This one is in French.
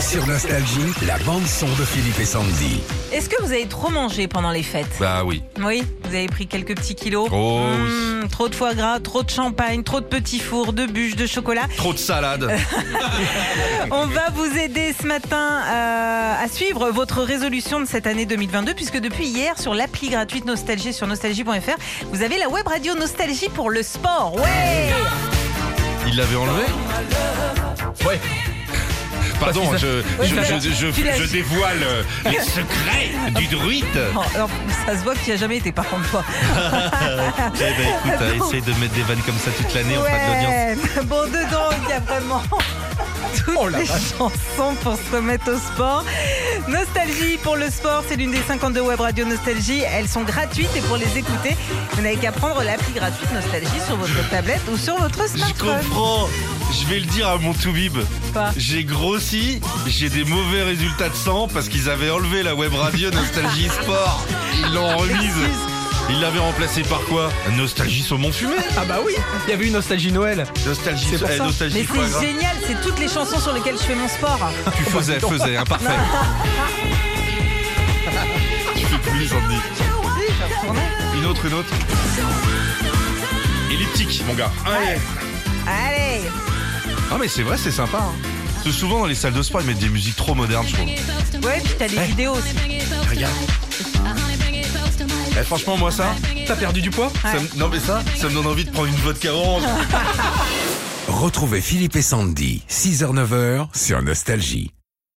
Sur Nostalgie, la bande-son de Philippe et Sandy. Est-ce que vous avez trop mangé pendant les fêtes Bah oui. Oui, vous avez pris quelques petits kilos. Oh, Mmh, trop de foie gras, trop de champagne, trop de petits fours, de bûches, de chocolat. Trop de salade. On va vous aider ce matin euh, à suivre votre résolution de cette année 2022 puisque depuis hier sur l'appli gratuite Nostalgie sur nostalgie.fr, vous avez la web radio Nostalgie pour le sport. Ouais Il l'avait enlevé Ouais. Pardon, je, je, parce je- que- je- tu l'as je dit. dévoile euh, les secrets du druide. Oh, alors, ça se voit que tu n'y as jamais été par contre toi. Eh ben écoute, euh, essaye de mettre des vannes comme ça toute l'année, on fera de l'audience. Oh Ouais. Bon, dedans, il y a vraiment toutes les chansons pour se remettre au sport. Nostalgie pour le sport, c'est l'une des 52 web radio Nostalgie. Elles sont gratuites et pour les écouter, vous n'avez qu'à prendre l'appli gratuite Nostalgie sur votre tablette ou sur votre Je smartphone. comprends. Je vais le dire à mon Toubib. Quoi J'ai grossi, j'ai des mauvais résultats de sang parce qu'ils avaient enlevé la web radio Nostalgie Sport. Ils l'ont remise. Excuse. Ils l'avaient remplacée par quoi Nostalgie saumon fumé Ah bah oui, il y avait une nostalgie Noël. Nostalgie, C'est pour eh, ça. nostalgie Mais foie gras. c'est génial, c'est toutes les chansons sur lesquelles je fais mon sport. Tu faisais, faisais, hein, parfait. Tu fais plus, Sandy. Une autre, une autre. Elliptique, mon gars. Allez. Allez, Ah, mais c'est vrai, c'est sympa. hein. Parce que souvent dans les salles de sport, ils mettent des musiques trop modernes, je trouve. ouais, puis t'as les vidéos aussi. Regarde. Eh, franchement, moi, ça, T'as perdu du poids ça me- non, mais ça, ça me donne envie de prendre une vodka orange. Retrouvez Philippe et Sandy, 6h-9h sur Nostalgie.